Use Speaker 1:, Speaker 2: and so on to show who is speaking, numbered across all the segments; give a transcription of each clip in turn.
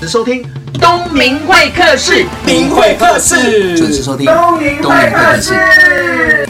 Speaker 1: 时收听东明会客室，
Speaker 2: 明会客室，
Speaker 3: 准时收听
Speaker 1: 东明会客室。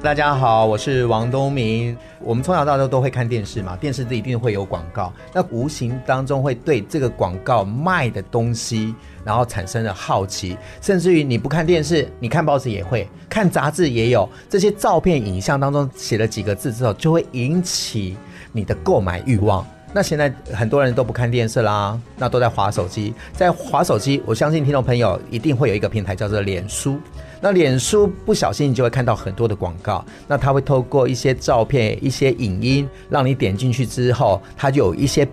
Speaker 1: 大家好，我是王东明。我们从小到大都会看电视嘛，电视一定会有广告，那无形当中会对这个广告卖的东西，然后产生了好奇，甚至于你不看电视，你看报纸也会，看杂志也有，这些照片影像当中写了几个字之后，就会引起你的购买欲望。那现在很多人都不看电视啦，那都在划手机，在划手机。我相信听众朋友一定会有一个平台叫做脸书，那脸书不小心你就会看到很多的广告，那它会透过一些照片、一些影音，让你点进去之后，它就有一些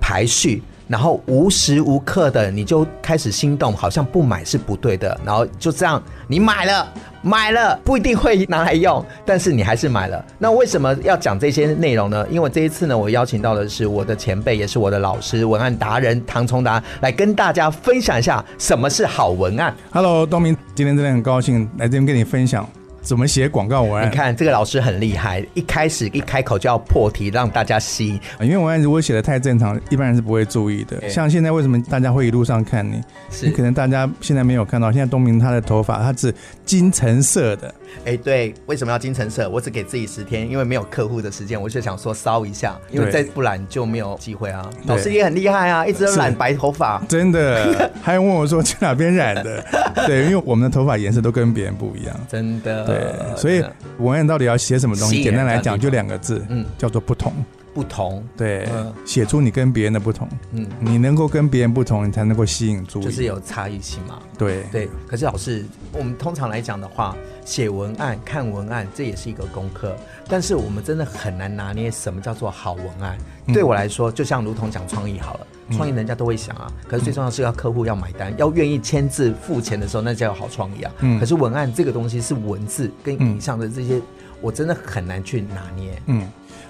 Speaker 1: 排序。然后无时无刻的你就开始心动，好像不买是不对的，然后就这样你买了，买了不一定会拿来用，但是你还是买了。那为什么要讲这些内容呢？因为这一次呢，我邀请到的是我的前辈，也是我的老师，文案达人唐崇达，来跟大家分享一下什么是好文案。
Speaker 2: Hello，东明，今天真的很高兴来这边跟你分享怎么写广告文
Speaker 3: 你
Speaker 2: 案。
Speaker 3: 看这个老师很厉害，一开始一开口就要破题，让大家吸引。
Speaker 2: 呃因为文案如果写的太正常，一般人是不会注意的。像现在为什么大家会一路上看你？
Speaker 3: 是
Speaker 2: 你可能大家现在没有看到，现在东明他的头发他是金橙色的，
Speaker 3: 哎、对，为什么要金橙色？我只给自己十天，因为没有客户的时间，我就想说烧一下，因为再
Speaker 2: 对
Speaker 3: 不染就没有机会啊。
Speaker 2: 对
Speaker 3: 老师也很厉害啊，一直都染白头发。
Speaker 2: 真的。还有问我说去哪边染的？对，因为我们的头发颜色都跟别人不一样。
Speaker 3: 真的，
Speaker 2: 对，所以
Speaker 3: 呃真的
Speaker 2: 文案到底要写什么东
Speaker 3: 吸
Speaker 2: 西？
Speaker 3: 引人
Speaker 2: 简单来
Speaker 3: 的
Speaker 2: 讲
Speaker 3: 地方
Speaker 2: 就两个字，
Speaker 3: 嗯
Speaker 2: 叫做不同。
Speaker 3: 不同，
Speaker 2: 对
Speaker 3: 嗯，
Speaker 2: 写出你跟别人的不同，
Speaker 3: 嗯，
Speaker 2: 你能够跟别人不同，你才能够吸引注意。
Speaker 3: 就是有差异性嘛。
Speaker 2: 对
Speaker 3: 对，可是老师，我们通常来讲的话，写文案、看文案，这也是一个功课。但是我们真的很难拿捏什么叫做好文案。对我来说，就像如同讲创意好了，创意人家都会想啊，可是最重要是要客户要买单，要愿意签字付钱的时候，那才有好创意啊。
Speaker 2: 嗯
Speaker 3: 可是文案这个东西是文字跟影像的这些，我真的很难去拿捏。
Speaker 2: 嗯，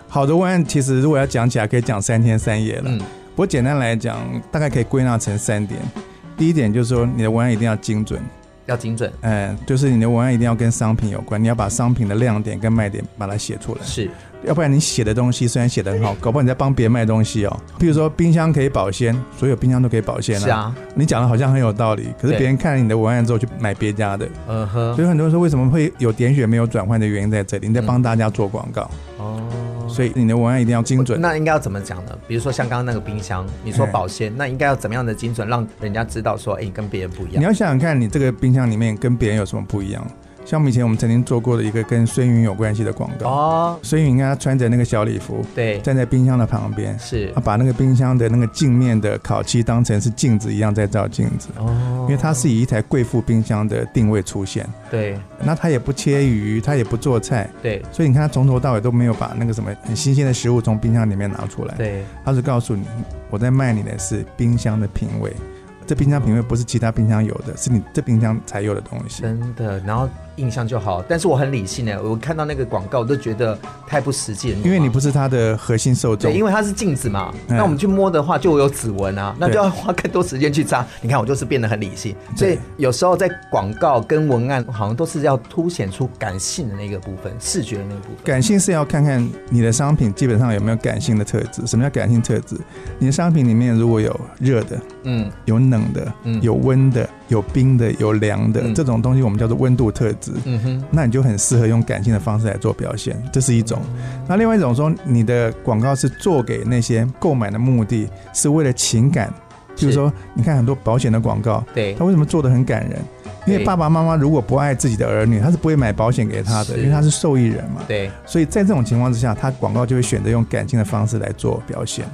Speaker 2: 好的文案其实如果要讲起来，可以讲三天三夜了。
Speaker 3: 嗯
Speaker 2: 不过简单来讲，大概可以归纳成三点。第一点就是说，你的文案一定要精准，
Speaker 3: 要精准，
Speaker 2: 嗯，就是你的文案一定要跟商品有关，你要把商品的亮点跟卖点把它写出来。
Speaker 3: 是
Speaker 2: 要不然你写的东西虽然写得很好，搞不好你在帮别人卖东西哦。譬如说冰箱可以保鲜，所有冰箱都可以保鲜
Speaker 3: 是啊，
Speaker 2: 你讲的好像很有道理，可是
Speaker 3: 对
Speaker 2: 别人看了你的文案之后去买别家的，
Speaker 3: 嗯哼，
Speaker 2: 所以很多人说为什么会有点选没有转换的原因在这里，你在帮大家做广告，
Speaker 3: 嗯哦。
Speaker 2: 所以你的文案一定要精准。
Speaker 3: 那应该要怎么讲呢？比如说像刚刚那个冰箱，你说
Speaker 2: 嗯
Speaker 3: 保鲜，那应该要怎么样的精准，让人家知道说，哎、你跟别人不一
Speaker 2: 你
Speaker 3: 样。
Speaker 2: 要想想看，你这个冰箱里面跟别人有什么不一样？像我们以前我们曾经做过的一个跟孙云有关系的广告，
Speaker 3: 哦，
Speaker 2: 孙云你看他穿着那个小礼服，
Speaker 3: 对，
Speaker 2: 站在冰箱的旁边，
Speaker 3: 是
Speaker 2: 他把那个冰箱的那个镜面的烤漆当成是镜子一样在照镜子，
Speaker 3: 哦
Speaker 2: 因，为它是以一台贵妇冰箱的定位出现。
Speaker 3: 对
Speaker 2: 那他也不切鱼，他也不做菜，
Speaker 3: 对
Speaker 2: 所以你看他从头到尾都没有把那个什么很新鲜的食物从冰箱里面拿出来。
Speaker 3: 对，
Speaker 2: 他是告诉你，我在卖你的是冰箱的品味，这冰箱品味不是其他冰箱有的，是你这冰箱才有的东西。
Speaker 3: 真的。然后印象就好，但是我很理性哎，我看到那个广告我都觉得太不实际了，
Speaker 2: 因为你
Speaker 3: 懂吗
Speaker 2: 不是它的核心受众
Speaker 3: 对，，因为它是镜子嘛，
Speaker 2: 嗯
Speaker 3: 那我们去摸的话就有指纹啊，那
Speaker 2: 对
Speaker 3: 就要花更多时间去擦。 你看我就是变得很理性，所以
Speaker 2: 对
Speaker 3: 有时候在广告跟文案好像都是要凸显出感性的那个部分，视觉的那个部分。
Speaker 2: 感性是要看看你的商品基本上有没有感性的特质。什么叫感性特质？你的商品里面如果有热的、
Speaker 3: 嗯，
Speaker 2: 有冷的、
Speaker 3: 嗯
Speaker 2: 有温的、有冰的、有凉的、
Speaker 3: 嗯
Speaker 2: 这种东西，我们叫做温度特质。
Speaker 3: 嗯哼，
Speaker 2: 那你就很适合用感性的方式来做表现，这是一种。那另外一种说，你的广告是做给那些购买的目的是为了情感，比如
Speaker 3: 是
Speaker 2: 说你看很多保险的广告，
Speaker 3: 对
Speaker 2: 它，为什么做的很感人？因为
Speaker 3: 对
Speaker 2: 爸爸妈妈如果不爱自己的儿女，他是不会买保险给他的，
Speaker 3: 是
Speaker 2: 因为他是受益人嘛。
Speaker 3: 对，
Speaker 2: 所以在这种情况之下，他广告就会选择用感性的方式来做表现。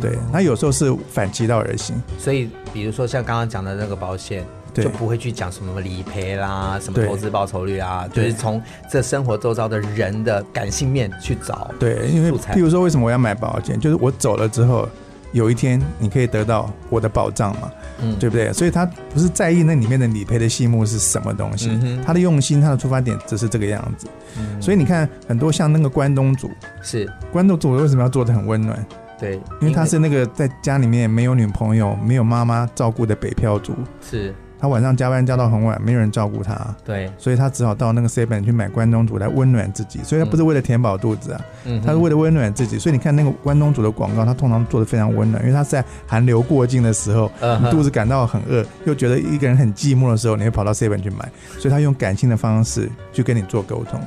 Speaker 2: 对，那有时候是反其道而行。
Speaker 3: 所以比如说像刚刚讲的那个保险，
Speaker 2: 对
Speaker 3: 就不会去讲什么理赔啦、什么
Speaker 2: 对
Speaker 3: 投资报酬率啊，就
Speaker 2: 对
Speaker 3: 是从这生活周遭的人的感性面去找。
Speaker 2: 对，因为
Speaker 3: 素材
Speaker 2: 譬如说，为什么我要买保险？就是我走了之后，有一天你可以得到我的保障嘛，
Speaker 3: 嗯
Speaker 2: 对不对？所以他不是在意那里面的理赔的细目是什么东西，
Speaker 3: 嗯哼嗯
Speaker 2: 他的用心，他的出发点只是这个样子。所以你看，很多像那个关东煮，
Speaker 3: 是
Speaker 2: 关东煮为什么要做的很温暖？
Speaker 1: 对，
Speaker 2: 因为他是那个在家里面没有女朋友、没有妈妈照顾的北漂族，
Speaker 1: 是，
Speaker 2: 他晚上加班加到很晚，没有人照顾他，
Speaker 1: 对，
Speaker 2: 所以他只好到那个 seven 去买关东煮来温暖自己。所以
Speaker 3: 嗯
Speaker 2: 他不是为了填饱肚子啊，
Speaker 1: 嗯哼，
Speaker 2: 他是为了温暖自己。所以你看那个关东煮的广告，他通常做的非常温暖，因为他是在寒流过境的时候，
Speaker 1: 嗯
Speaker 2: 你
Speaker 1: 哼
Speaker 2: 肚子感到很饿，又觉得一个人很寂寞的时候，你会跑到 seven 去买，所以他用感性的方式去跟你做沟通。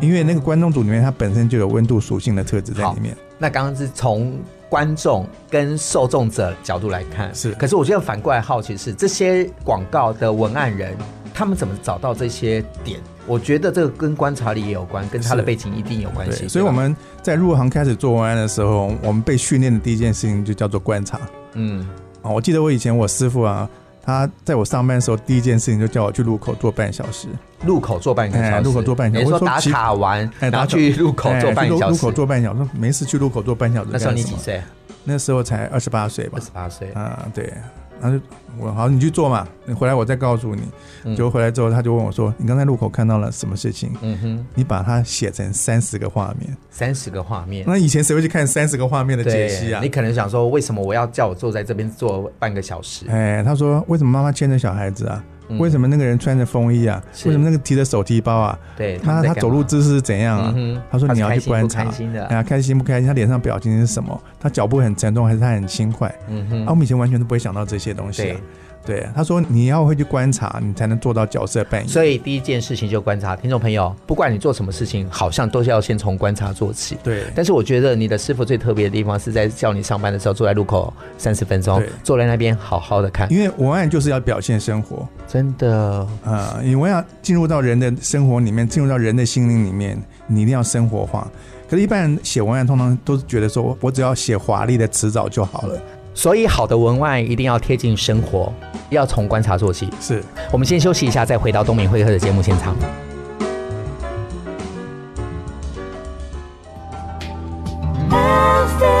Speaker 2: 因为那个关东煮里面，它本身就有温度属性的特质在里面。
Speaker 1: 那刚刚是从观众跟受众者角度来看，
Speaker 2: 是
Speaker 1: 可是我觉得反过来好奇是，这些广告的文案人，他们怎么找到这些点？我觉得这个跟观察力也有关，跟他的
Speaker 2: 是
Speaker 1: 背景一定有关系。
Speaker 2: 对，所以我
Speaker 1: 对吧
Speaker 2: 们在入行开始做文案的时候，我们被训练的第一件事情就叫做观察
Speaker 1: 嗯，
Speaker 2: 啊。我记得我以前我师傅啊，他在我上班的时候，第一件事情就叫我去路口坐半小时，
Speaker 1: 路口坐半个小
Speaker 2: 哎
Speaker 1: 时，
Speaker 2: 路口坐半小时
Speaker 1: 你说
Speaker 2: 我说
Speaker 1: 打
Speaker 2: 其
Speaker 1: 卡完，
Speaker 2: 哎
Speaker 1: 然
Speaker 2: 打
Speaker 1: 后
Speaker 2: 卡
Speaker 1: 去路口坐半个
Speaker 2: 哎去路
Speaker 1: 小
Speaker 2: 路
Speaker 1: 时
Speaker 2: 口。坐半小时，我说没事去路口坐半小时。
Speaker 1: 那时候你几？岁？
Speaker 2: 那时候才二十八岁吧
Speaker 1: 二。十八岁。
Speaker 2: 啊、对，然后就我好，你去做嘛，你回来我再告诉你。
Speaker 1: 嗯
Speaker 2: 结果回来之后，他就问我说：“你刚才路口看到了什么事情？”
Speaker 1: 嗯哼，
Speaker 2: 你把它写成三十个画面，
Speaker 1: 三十个画面。
Speaker 2: 那以前谁会去看三十个画面的解析啊
Speaker 1: 你？可能想说，为什么我要叫我坐在这边坐半个小时？
Speaker 2: 哎，他说为什么妈妈牵着小孩子啊？
Speaker 1: 嗯
Speaker 2: 为什么那个人穿着风衣啊？
Speaker 1: 是
Speaker 2: 为什么那个提着手提包啊？
Speaker 1: 对，
Speaker 2: 那
Speaker 1: 们在
Speaker 2: 他
Speaker 1: 干
Speaker 2: 走路
Speaker 1: 嘛
Speaker 2: 姿势是怎样啊？
Speaker 1: 嗯哼
Speaker 2: 他说你要去观察
Speaker 1: 他是开心不开心的
Speaker 2: 哎呀，开心不开心？他脸上表情是什么？他脚步很沉重还是他很轻快？
Speaker 1: 嗯哼
Speaker 2: 啊，我们以前完全都不会想到这些东西、啊。对，他说你要会去观察，你才能做到角色扮演。
Speaker 1: 所以第一件事情就观察，听众朋友，不管你做什么事情，好像都是要先从观察做起。
Speaker 2: 对
Speaker 1: 但是我觉得你的师傅最特别的地方是在叫你上班的时候坐在路口三十分钟
Speaker 2: 对，
Speaker 1: 坐在那边好好的看，
Speaker 2: 因为文案就是要表现生活
Speaker 1: 真的
Speaker 2: 啊、你文案进入到人的生活里面，进入到人的心灵里面，你一定要生活化。可是，一般人写文案通常都是觉得说，我只要写华丽的辞藻就好了。
Speaker 1: 所以好的文案一定要贴近生活，要从观察做起。
Speaker 2: 是，
Speaker 1: 我们先休息一下，再回到东明会客的节目现场。
Speaker 4: FM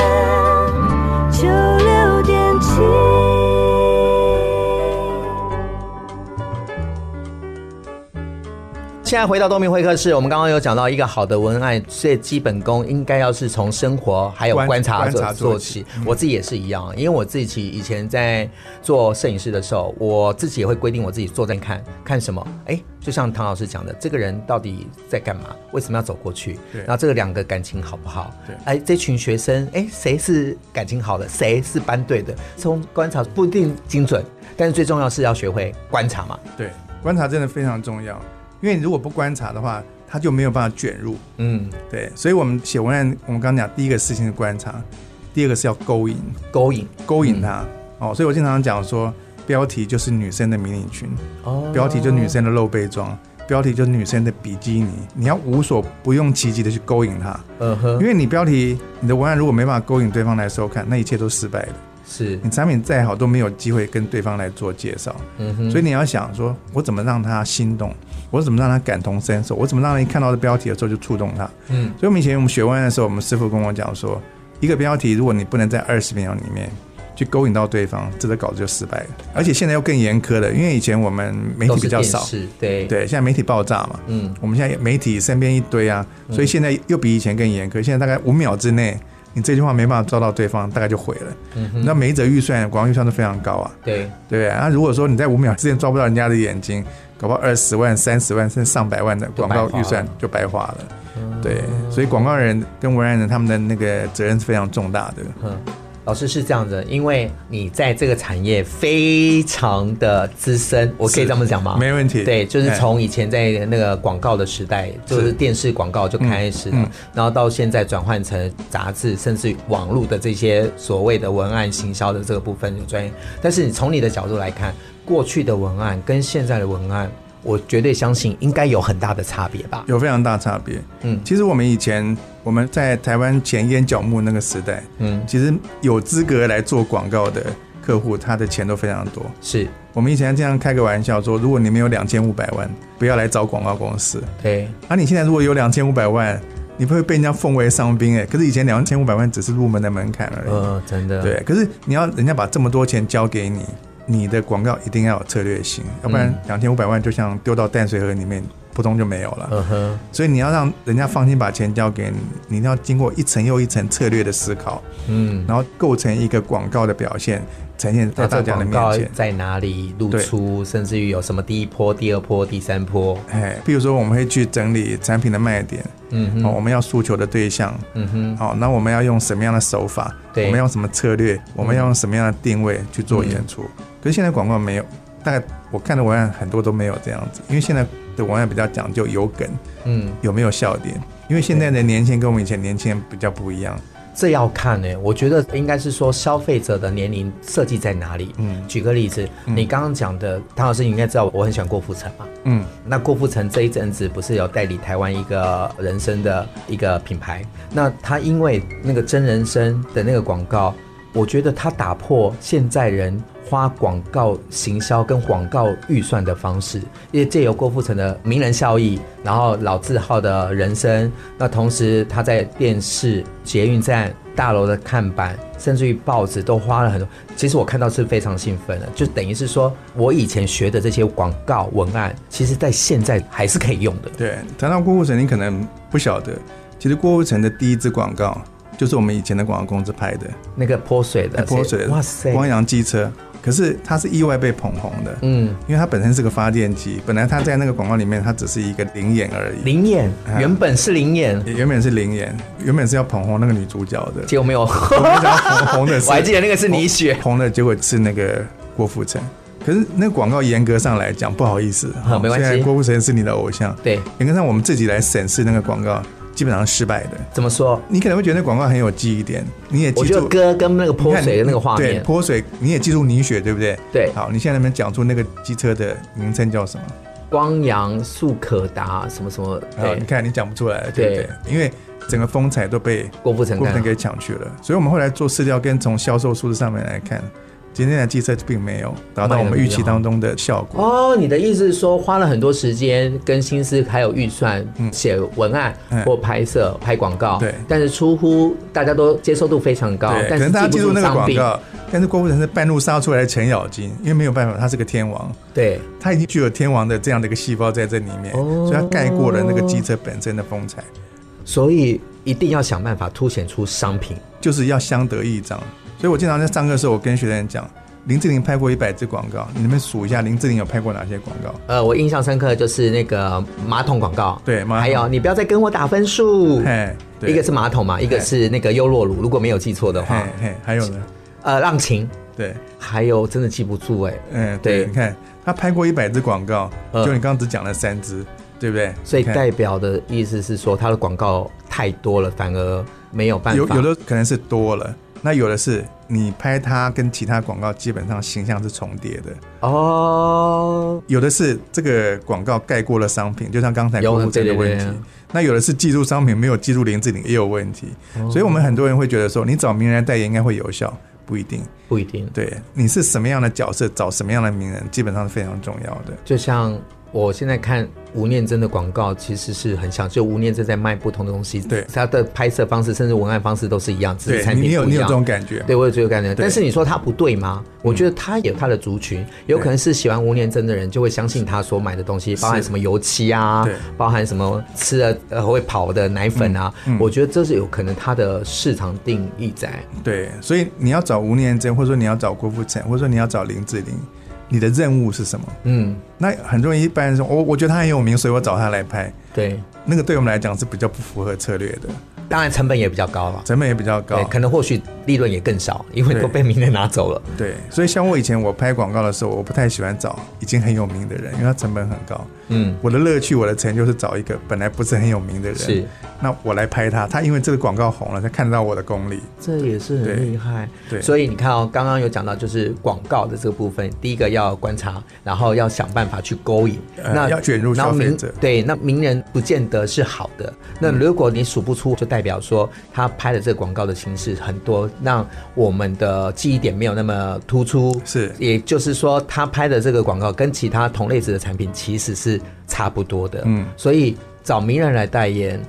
Speaker 4: 九六点七。
Speaker 1: 现在回到东明会客室，我们刚刚有讲到一个好的文案，最基本功应该要是从生活还有
Speaker 2: 观
Speaker 1: 观察
Speaker 2: 观察嗯
Speaker 1: 者
Speaker 2: 做
Speaker 1: 做
Speaker 2: 起
Speaker 1: 起。我自己也是一样，因为我自己以前在做摄影师的时候，我自己也会规定我自己坐在看看什么。哎，就像唐老师讲的，这个人到底在干嘛？为什么要走过去？
Speaker 2: 对
Speaker 1: 然后这个两个感情好不好
Speaker 2: 对？
Speaker 1: 哎，这群学生，哎，谁是感情好的，谁是班对的？从观察不一定精准，但是最重要是要学会观察嘛。
Speaker 2: 对，观察真的非常重要，因为你如果不观察的话，他就没有办法卷入。
Speaker 1: 嗯，
Speaker 2: 对，所以我们写文案，我们刚刚讲第一个事情是观察，第二个是要勾引，
Speaker 1: 勾引
Speaker 2: 勾引
Speaker 1: 嗯
Speaker 2: 他。哦，所以我经常讲说，标题就是女生的迷你裙，
Speaker 1: 哦
Speaker 2: 标题就是女生的露背装，标题就是女生的比基尼，你要无所不用其极的去勾引他，
Speaker 1: 嗯哼
Speaker 2: 因为你标题、你的文案如果没办法勾引对方来收看，那一切都失败了。
Speaker 1: 是，
Speaker 2: 你产品再好都没有机会跟对方来做介绍，
Speaker 1: 嗯哼，
Speaker 2: 所以你要想说，我怎么让他心动，我怎么让他感同身受，我怎么让人一看到的标题的时候就触动他。
Speaker 1: 嗯，
Speaker 2: 所以我们以前我们学文案的时候，我们师傅跟我讲说，一个标题如果你不能在二十秒里面去勾引到对方，这个稿子就失败了。而且现在又更严苛了，因为以前我们媒
Speaker 1: 都
Speaker 2: 体
Speaker 1: 是
Speaker 2: 哎比较
Speaker 1: 电
Speaker 2: 少，
Speaker 1: 视，对，
Speaker 2: 对，现在媒体爆炸嘛，
Speaker 1: 嗯，
Speaker 2: 我们现在媒体身边一堆啊，所以现在又比以前更严苛。现在大概五秒之内，你这句话没办法抓到对方，大概就毁了。
Speaker 1: 嗯
Speaker 2: 那每一则预算，广告预算都非常高啊，
Speaker 1: 对，
Speaker 2: 对不对？那、如果说你在五秒之内抓不到人家的眼睛，搞不好二十万、三十万甚至上百万的广告预算就白花了。
Speaker 1: 嗯
Speaker 2: 对，所以广告人跟文案人他们的那个责任是非常重大的。
Speaker 1: 嗯，老师是这样的，因为你在这个产业非常的资深，我可以这么讲吗？
Speaker 2: 没问题
Speaker 1: 对，就是
Speaker 2: 哎
Speaker 1: 从以前在那个广告的时代，就是电视广告就开始了，
Speaker 2: 嗯嗯
Speaker 1: 然后到现在转换成杂志，甚至网络的这些所谓的文案行销的这个部分有专业。但是你从你的角度来看，过去的文案跟现在的文案，我绝对相信应该有很大的差别吧？
Speaker 2: 有非常大差别。
Speaker 1: 嗯
Speaker 2: 其实我们以前我们在台湾前烟角木那个时代，
Speaker 1: 嗯，
Speaker 2: 其实有资格来做广告的客户，他的钱都非常多。
Speaker 1: 是
Speaker 2: 我们以前经常开个玩笑说，如果你没有两千五百万，不要来找广告公司。
Speaker 1: 对。
Speaker 2: 而、你现在如果有两千五百万，你会被人家奉为上宾哎。可是以前两千五百万只是入门的门槛而已。
Speaker 1: 呃，真的，
Speaker 2: 对，可是你要人家把这么多钱交给
Speaker 1: 嗯
Speaker 2: 你，你的广告一定要有策略性，要不然两千五百万就像丢到淡水河里面，不扑通就没有了。
Speaker 1: 嗯哼，
Speaker 2: 所以你要让人家放心把钱交给你，你一定要经过一层又一层策略的思考，
Speaker 1: 嗯，
Speaker 2: 然后构成一个广告的表现，呈现在
Speaker 1: 那
Speaker 2: 大
Speaker 1: 这
Speaker 2: 家的
Speaker 1: 广
Speaker 2: 面
Speaker 1: 告
Speaker 2: 前。
Speaker 1: 在哪里露
Speaker 2: 对
Speaker 1: 出，甚至于有什么第一波、第二波、第三波，
Speaker 2: 哎，比如说我们会去整理产品的卖点，
Speaker 1: 嗯哼，
Speaker 2: 哦，我们要诉求的对象，
Speaker 1: 嗯哼，
Speaker 2: 好、那我们要用什么样的手法？
Speaker 1: 对
Speaker 2: 我们要用什么策略？我们要用什么样的定位去做演出？
Speaker 1: 嗯
Speaker 2: 可是现在广告没有，大概我看的文案很多都没有这样子，因为现在的文案比较讲究有梗，
Speaker 1: 嗯，
Speaker 2: 有没有笑点？因为现在的年轻人跟我们以前年轻人比较不一样，
Speaker 1: 这要看呢、欸我觉得应该是说消费者的年龄设计在哪里。
Speaker 2: 嗯
Speaker 1: 举个例子，你刚刚讲的，唐老师你应该知道，我很喜欢郭富城嘛。
Speaker 2: 嗯，
Speaker 1: 那郭富城这一阵子不是有代理台湾一个人参的一个品牌？那他因为那个真人参的那个广告，我觉得他打破现在人花广告行销跟广告预算的方式，因为借由郭富城的名人效益，然后老字号的人参，那同时他在电视、捷运站、大楼的看板，甚至于报纸都花了很多。其实我看到是非常兴奋的，就等于是说我以前学的这些广告文案，其实在现在还是可以用的。
Speaker 2: 对。谈到郭富城，你可能不晓得，其实郭富城的第一支广告就是我们以前的广告公司拍的，
Speaker 1: 那个泼水的，
Speaker 2: 哎泼水的
Speaker 1: 哇塞，
Speaker 2: 汪洋机车，可是他是意外被捧红的。
Speaker 1: 嗯，
Speaker 2: 因为它本身是个发电机，本来它在那个广告里面，它只是一个灵眼而已。
Speaker 1: 灵眼
Speaker 2: 哎
Speaker 1: 原本是灵眼，
Speaker 2: 原本是灵眼，原本是要捧红那个女主角的，
Speaker 1: 结果没有，
Speaker 2: 我 们想要捧红的是，
Speaker 1: 我还记得那个是李雪
Speaker 2: 捧红的结果是那个郭富城。可是那个广告严格上来讲，不好意思，
Speaker 1: 好嗯没关系
Speaker 2: 虽然郭富城是你的偶像，
Speaker 1: 对，
Speaker 2: 严格上我们自己来审视那个广告，基本上是失败的。
Speaker 1: 怎么说？
Speaker 2: 你可能会觉得那广告很有记忆点，你也
Speaker 1: 我
Speaker 2: 记
Speaker 1: 觉得
Speaker 2: 住。
Speaker 1: 歌跟那个
Speaker 2: 你
Speaker 1: 泼
Speaker 2: 看
Speaker 1: 水的那个画
Speaker 2: 对
Speaker 1: 面，
Speaker 2: 泼水，你也记住凝血，对不对？
Speaker 1: 对
Speaker 2: 好，你现在能不能讲出那个机车的名称叫什么？
Speaker 1: 光阳速可达什么什哎么，
Speaker 2: 啊，
Speaker 1: 对
Speaker 2: 你，看你讲不出来，对不对？因为整个风采都被
Speaker 1: 郭富城
Speaker 2: 郭
Speaker 1: 干
Speaker 2: 富
Speaker 1: 了，
Speaker 2: 城给抢去了，所以我们后来做饲料跟从销售数字上面来看，今天的机车并没有达到我们预期当中的效果。
Speaker 1: 哦，你的意思是说花了很多时间跟心思还有预算写文案
Speaker 2: 嗯
Speaker 1: 或拍摄、拍广告，
Speaker 2: 对
Speaker 1: 但是出乎大家都接受度非常高
Speaker 2: 对，，可
Speaker 1: 哦但
Speaker 2: 能
Speaker 1: 是
Speaker 2: 大家
Speaker 1: 记
Speaker 2: 记
Speaker 1: 不
Speaker 2: 住
Speaker 1: 住
Speaker 2: 那个
Speaker 1: 伤
Speaker 2: 广
Speaker 1: 病，
Speaker 2: 告，但是郭富城是半路杀出来的程咬金，因为没有办法，他是个天王，
Speaker 1: 对，
Speaker 2: 他已经具有天王的这样的一个细胞在这里面，
Speaker 1: 哦
Speaker 2: 所以他盖过了那个机车本身的风采，
Speaker 1: 所以一定要想办法凸显出商品。
Speaker 2: 就是要相得益彰。所以我经常在上课的时候，我跟学生讲，林志玲拍过一百支广告，你们数一下林志玲有拍过哪些广告？
Speaker 1: 呃，我印象深刻的就是那个马桶广告，
Speaker 2: 对马桶
Speaker 1: 还有你不要再跟我打分数，
Speaker 2: 嘿，对
Speaker 1: 一个是马桶嘛，一个是那个优洛乳，如果没有记错的话
Speaker 2: 嘿，嘿，还 有呢，
Speaker 1: 呃，浪琴，
Speaker 2: 对。
Speaker 1: 还有真的记不住哎、
Speaker 2: 嗯，对，
Speaker 1: 对
Speaker 2: 你看他拍过一百支广告，
Speaker 1: 嗯
Speaker 2: 就你刚刚只讲了三支，对不对？
Speaker 1: 所以
Speaker 2: 你看
Speaker 1: 代表的意思是说，它的广告太多了，反而没有办法。
Speaker 2: 有有的可能是多了，那有的是你拍它跟其他广告基本上形象是重叠的，
Speaker 1: 哦，
Speaker 2: 有的是这个广告盖过了商品，就像刚才
Speaker 1: 有
Speaker 2: 郭富城的
Speaker 1: 对对
Speaker 2: 问题
Speaker 1: 对嗯对。
Speaker 2: 那有的是记住商品没有记住林志玲也有问题，
Speaker 1: 哦
Speaker 2: 所以我们很多人会觉得说，你找名人来代言应该会有效，不一定。
Speaker 1: 不一定。
Speaker 2: 对，你是什么样的角色，找什么样的名人，基本上是非常重要的。
Speaker 1: 就像我现在看吴念真的广告，其实是很像，就吴念真在卖不同的东西，
Speaker 2: 对
Speaker 1: 他的拍摄方式甚至文案方式都是一样，只是
Speaker 2: 对
Speaker 1: 产
Speaker 2: 你，
Speaker 1: 品
Speaker 2: 你有
Speaker 1: 不
Speaker 2: 你
Speaker 1: 一
Speaker 2: 有这种
Speaker 1: 样。
Speaker 2: 感觉吗？
Speaker 1: 对，我有这个概念。
Speaker 2: 对嗯
Speaker 1: 但是你说他不对吗？我觉得他有他的族群，有可能是喜欢吴念真的人就会相信他所买的东西，包含什么油漆啊
Speaker 2: 对，
Speaker 1: 包含什么吃了呃会跑的奶粉啊。
Speaker 2: 嗯
Speaker 1: 我觉得这是有可能他的市场定义在。
Speaker 2: 对，所以你要找吴念真，或者说你要找郭富城，或者说你要找林志玲，你的任务是什么？
Speaker 1: 嗯，
Speaker 2: 那很多人一般人说，哦我、我觉得他很有名，所以我找他来拍，
Speaker 1: 对，
Speaker 2: 那个对我们来讲是比较不符合策略的，
Speaker 1: 当然成本也比较高了。
Speaker 2: 成本也比较
Speaker 1: 对，
Speaker 2: 高。
Speaker 1: 可能或许利润也更少，因为
Speaker 2: 对
Speaker 1: 都被名人拿走了。
Speaker 2: 对，所以像我以前我拍广告的时候，我不太喜欢找已经很有名的人，因为他成本很高。
Speaker 1: 嗯，
Speaker 2: 我的乐趣，我的成就是找一个本来不是很有名的人，
Speaker 1: 是，
Speaker 2: 那我来拍他，他因为这个广告红了，他看得到我的功力。
Speaker 1: 这也是
Speaker 2: 对
Speaker 1: 很厉害。
Speaker 2: 对
Speaker 1: 所以你看哦，刚刚有讲到就是广告的这个部分，第一个要观察，然后要想办法去勾引，
Speaker 2: 呃要卷入
Speaker 1: 然后
Speaker 2: 消费
Speaker 1: 名
Speaker 2: 者嗯
Speaker 1: 对，那名人不见得是好的。那如果你数不出，就代表说他拍的这个广告的形式很多，让我们的记忆点没有那么突出。
Speaker 2: 是
Speaker 1: 也就是说，他拍的这个广告跟其他同类似的产品其实是差不多的。
Speaker 2: 嗯
Speaker 1: 所以找名人来代言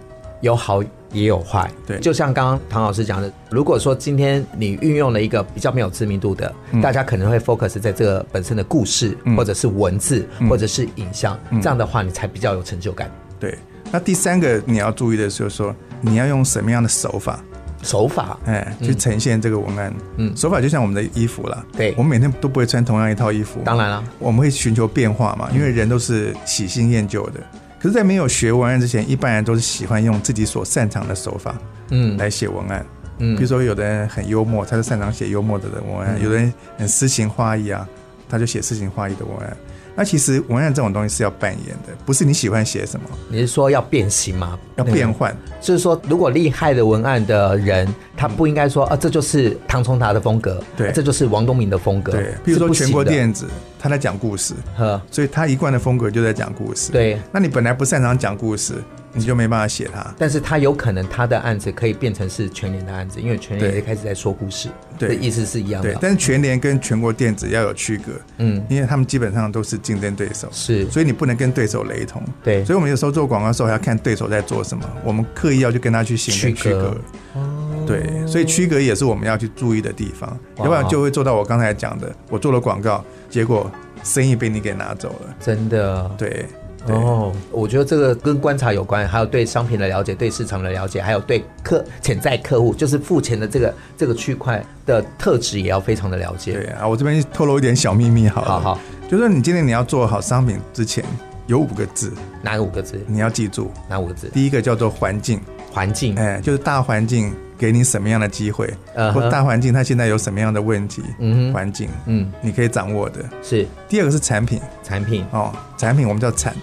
Speaker 1: 有好也有坏。
Speaker 2: 对
Speaker 1: 就像刚刚唐老师讲的，如果说今天你运用了一个比较没有知名度的，
Speaker 2: 嗯
Speaker 1: 大家可能会 focus 在这个本身的故事，或者是文字，
Speaker 2: 嗯
Speaker 1: 或者是影像，这样的话你才比较有成就感。
Speaker 2: 对，那第三个你要注意的就是说，你要用什么样的手法，
Speaker 1: 手法，
Speaker 2: 哎，去呈现这个文案。
Speaker 1: 嗯
Speaker 2: 手法就像我们的衣服啦，
Speaker 1: 对
Speaker 2: 我们每天都不会穿同样一套衣服，
Speaker 1: 当然啦，嗯
Speaker 2: 我们会寻求变化嘛，因为人都是喜新厌旧的。可是，在没有学文案之前，一般人都是喜欢用自己所擅长的手法
Speaker 1: 嗯
Speaker 2: 来写文案。
Speaker 1: 嗯
Speaker 2: 比如说，有的人很幽默，他就擅长写幽默的文案；有的人很诗情画意啊，他就写诗情画意的文案。那其实文案这种东西是要扮演的，不是你喜欢写什么，
Speaker 1: 你是说要变形吗？那
Speaker 2: 要
Speaker 1: 个
Speaker 2: 变换。
Speaker 1: 就是说，如果厉害的文案的人，他不应该说啊，这就是唐崇达的风格，
Speaker 2: 对
Speaker 1: 啊这就是王东明的风格，
Speaker 2: 对，比如
Speaker 1: 是
Speaker 2: 说
Speaker 1: 不行
Speaker 2: 全国
Speaker 1: 的，
Speaker 2: 电子，他在讲故事，
Speaker 1: 呵，
Speaker 2: 所以他一贯的风格就在讲故事。，
Speaker 1: 对。
Speaker 2: 那你本来不擅长讲故事，你就没办法写它。
Speaker 1: 但是他有可能他的案子可以变成是全联的案子，因为全联
Speaker 2: 对
Speaker 1: 也开始在说故事，
Speaker 2: 对
Speaker 1: 这意思是一样
Speaker 2: 对
Speaker 1: 的，。
Speaker 2: 但是全联跟全国电子要有区隔，
Speaker 1: 嗯，
Speaker 2: 因为他们基本上都是竞争对手，
Speaker 1: 是，
Speaker 2: 所以你不能跟对手雷同。
Speaker 1: 对
Speaker 2: 所以我们有时候做广告的时候还要看对手在做什么，我们刻意要去跟他去形成
Speaker 1: 区
Speaker 2: 区
Speaker 1: 隔哦
Speaker 2: 隔。对，所以区隔也是我们要去注意的地方，
Speaker 1: 哇
Speaker 2: 要不然就会做到我刚才讲的，我做了广告，结果生意被你给拿走了。
Speaker 1: 真的。
Speaker 2: 对，对，
Speaker 1: 哦，我觉得这个跟观察有关，还有对商品的了解、对市场的了解，还有对客潜在客户，就是付钱的这个这个区块的特质也要非常的了解。
Speaker 2: 对啊，我这边透露一点小秘密好了，
Speaker 1: 好好，
Speaker 2: 就是你今天你要做好商品之前，有五个字
Speaker 1: 哪五个字？
Speaker 2: 你要记住，
Speaker 1: 哪五个字？
Speaker 2: 第一个叫做环境。
Speaker 1: 环境。
Speaker 2: 哎，就是大环境给你什么样的机会，
Speaker 1: 嗯哼
Speaker 2: 或大环境它现在有什么样的问题，
Speaker 1: 嗯哼
Speaker 2: 环境
Speaker 1: 嗯，
Speaker 2: 你可以掌握的。
Speaker 1: 是
Speaker 2: 第二个是产品
Speaker 1: 产品。
Speaker 2: 哦，产品我们叫产，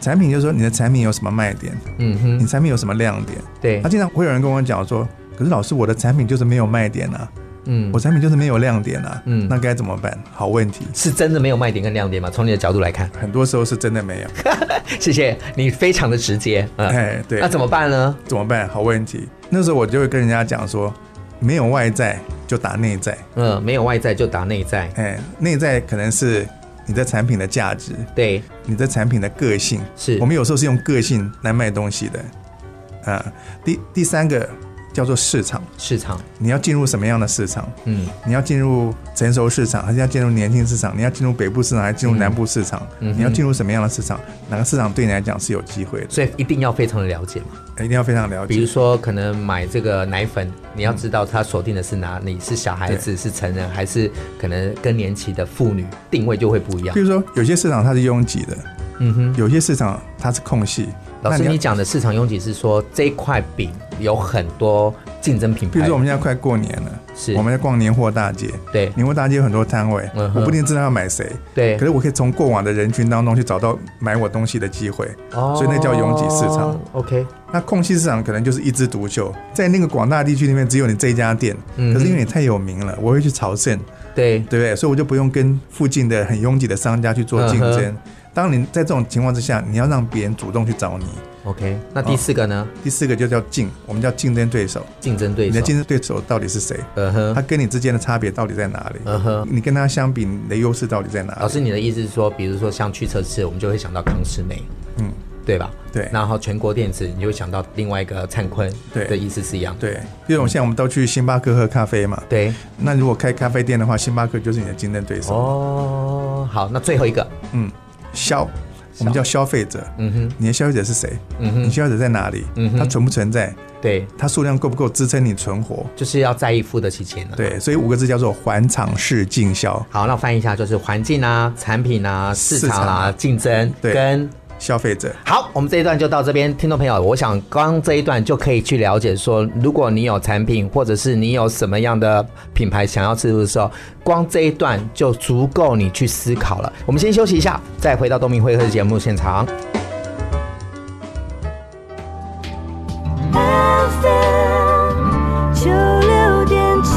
Speaker 2: 产品就是说你的产品有什么卖点，
Speaker 1: 嗯
Speaker 2: 你
Speaker 1: 哼，
Speaker 2: 产品有什么亮点。
Speaker 1: 对
Speaker 2: 那、，经常会有人跟我讲说，可是老师我的产品就是没有卖点啊，
Speaker 1: 嗯
Speaker 2: 我，产品就是没有亮点啊，
Speaker 1: 嗯
Speaker 2: 那该怎么办？好问题，
Speaker 1: 是真的没有卖点跟亮点吗？从你的角度来看，
Speaker 2: 很多时候是真的没有，
Speaker 1: 谢谢你非常的直接。嗯，
Speaker 2: 哎，对
Speaker 1: 那，怎么办呢？
Speaker 2: 怎么办？好问题。那时候我就会跟人家讲说，没有外在就打内在。
Speaker 1: 嗯，没有外在就打内在。
Speaker 2: 哎，内在可能是你的产品的价值，
Speaker 1: 对，
Speaker 2: 你的产品的个性。
Speaker 1: 是
Speaker 2: 我们有时候是用个性来卖东西的。啊，第第三个叫做市场，
Speaker 1: 市场。
Speaker 2: 你要进入什么样的市场？
Speaker 1: 嗯
Speaker 2: 你要进入成熟市场，还是要进入年轻市场？你要进入北部市场，还是进入南部市场？
Speaker 1: 嗯哼
Speaker 2: 你要进入什么样的市场？哪个市场对你来讲是有机会的？
Speaker 1: 所以一定要非常的了解嘛。
Speaker 2: 一定要非常了
Speaker 1: 比如
Speaker 2: 解。
Speaker 1: 说，可能买这个奶粉，你要知道它锁定的是哪里，是小孩子，是成人，还是可能更年期的妇女，定位就会不一样
Speaker 2: 比。如说，有些市场它是拥挤的，
Speaker 1: 嗯哼，
Speaker 2: 有些市场它是空隙。
Speaker 1: 老师，
Speaker 2: 那
Speaker 1: 你
Speaker 2: 要，
Speaker 1: 讲的市场拥挤是说这一块饼有很多竞争品牌，
Speaker 2: 比如说我们现在快过年了，
Speaker 1: 哎是
Speaker 2: 我们在逛年货大街，
Speaker 1: 对
Speaker 2: 宁波大街有很多摊位，
Speaker 1: 嗯哼
Speaker 2: 我不一定知道要买谁，
Speaker 1: 对
Speaker 2: 可是我可以从过往的人群当中去找到买我东西的机会，
Speaker 1: 哦
Speaker 2: 所以那叫拥挤市场。
Speaker 1: OK，
Speaker 2: 那空隙市场可能就是一枝独秀，在那个广大地区里面只有你这一家店，
Speaker 1: 嗯哼
Speaker 2: 可是因为你太有名了，我会去朝圣，
Speaker 1: 对，
Speaker 2: 对不对？所以我就不用跟附近的很拥挤的商家去做竞
Speaker 1: 嗯
Speaker 2: 争。当你在这种情况之下，你要让别人主动去找你。
Speaker 1: OK，那第四个呢？
Speaker 2: 第四个就叫竞，我们叫竞争对手，
Speaker 1: 哦竞争对
Speaker 2: 你
Speaker 1: 手
Speaker 2: 的，竞争对手到底是谁？
Speaker 1: 嗯
Speaker 2: 他
Speaker 1: 哼，
Speaker 2: 跟你之间的差别到底在哪里？
Speaker 1: 嗯哼。啊
Speaker 2: 你跟他相比，你的优势到底在哪里？
Speaker 1: 老师，你的意思是说，比如说像驱车市，我们就会想到康师美，
Speaker 2: 嗯，
Speaker 1: 对吧？
Speaker 2: 对
Speaker 1: 然后全国电子，你就会想到另外一个灿坤，
Speaker 2: 对
Speaker 1: 的意思是一样的。
Speaker 2: 对，比如我们现在我们都去星巴克喝咖啡嘛，
Speaker 1: 对，
Speaker 2: 那如果开咖啡店的话，星巴克就是你的竞争对手。
Speaker 1: 哦，好，那最后一个，
Speaker 2: 嗯，消，我们叫消费者。
Speaker 1: 嗯哼，
Speaker 2: 你的消费者是谁？
Speaker 1: 嗯哼
Speaker 2: 你消费者在哪里？
Speaker 1: 嗯哼
Speaker 2: 它存不存在？
Speaker 1: 对，
Speaker 2: 它数量够不够支撑你存活？
Speaker 1: 就是要在意付得起钱了。，
Speaker 2: 对，所以五个字叫做环场式竞销
Speaker 1: 好，那我翻译一下，就是环境啊、产品啊、市
Speaker 2: 市
Speaker 1: 场
Speaker 2: 场
Speaker 1: 啊、
Speaker 2: 啊
Speaker 1: 竞争
Speaker 2: 对
Speaker 1: 跟
Speaker 2: 消费者。
Speaker 1: 好，我们这一段就到这边，听众朋友，我想刚这一段就可以去了解说，如果你有产品，或者是你有什么样的品牌想要植入的时候，光这一段就足够你去思考了。我们先休息一下，再回到东明会客室节目现场。
Speaker 4: FM 九六点七。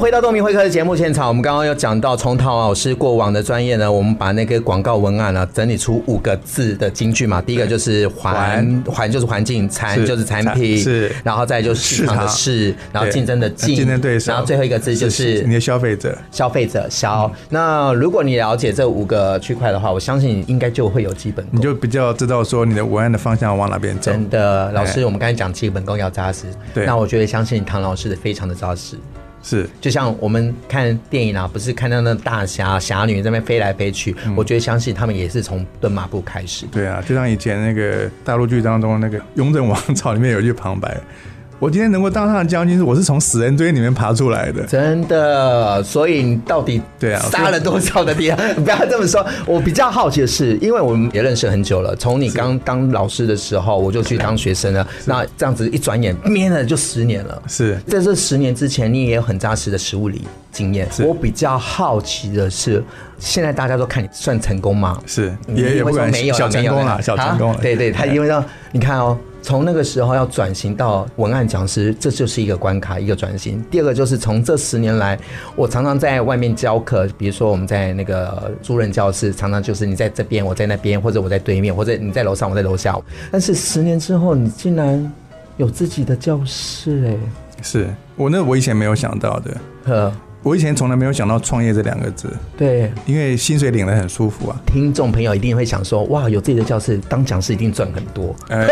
Speaker 1: 回回到东明会客的节目现场，我们刚刚有讲到从陶老师过往的专业呢，我们把那个广告文案啊整理出五个字的金句嘛。第一个就是环，环就是环境，产
Speaker 2: 是
Speaker 1: 就是产品，
Speaker 2: 是
Speaker 1: 然后再就是市场的市，然后
Speaker 2: 对
Speaker 1: 竞争的竞，
Speaker 2: 竞争对手，
Speaker 1: 然后最后一个字就是
Speaker 2: 你的消费者。
Speaker 1: 消费者消。那如果你了解这五个区块的话，我相信你应该就会有基本功。
Speaker 2: 你就比较知道说你的文案的方向往哪边走。
Speaker 1: 真的，老师，
Speaker 2: 哎
Speaker 1: 我们刚才讲基本功要扎实，
Speaker 2: 对
Speaker 1: 那我觉得相信唐老师的非常的扎实。
Speaker 2: 是
Speaker 1: 就像我们看电影啊，不是看到那大侠侠女在那边飞来飞去，
Speaker 2: 嗯
Speaker 1: 我觉得相信他们也是从蹲马步开始。
Speaker 2: 对啊，就像以前那个大陆剧当中那个《雍正王朝》里面有一句旁白：“我今天能够当上将军，我是从死人堆里面爬出来的。
Speaker 1: 真的，所以你到底
Speaker 2: 对啊
Speaker 1: 杀了多少的敌 人？不要这么说。我比较好奇的是，因为我们也认识很久了，从你刚当老师的时候，我就去当学生了。那这样子一转眼，咩了就十年了。
Speaker 2: 是
Speaker 1: 在这十年之前，你也有很扎实的实物理经验。
Speaker 2: 是
Speaker 1: 我比较好奇的是，现在大家都看你算成功吗？
Speaker 2: 是
Speaker 1: 你
Speaker 2: 也也
Speaker 1: 会
Speaker 2: 不
Speaker 1: 嗯说
Speaker 2: 敢
Speaker 1: 没有啦
Speaker 2: 小成功
Speaker 1: 没有啦
Speaker 2: 啦小成功
Speaker 1: 啊
Speaker 2: 了
Speaker 1: 对对，他
Speaker 2: 哎
Speaker 1: 因为让你看哦，从那个时候要转型到文案讲师，这就是一个关卡，一个转型。第二个就是从这十年来，我常常在外面教课，比如说我们在那个租人教室，常常就是你在这边，我在那边，或者我在对面，或者你在楼上，我在楼下。但是十年之后，你竟然有自己的教室、
Speaker 2: 是我那我以前没有想到的，
Speaker 1: 哎，呵，
Speaker 2: 我以前从来没有想到创业这两个字，
Speaker 1: 对。
Speaker 2: 因为薪水领的很舒服啊。
Speaker 1: 听众朋友一定会想说，哇，有自己的教室，当讲师一定赚很多。
Speaker 2: 呃，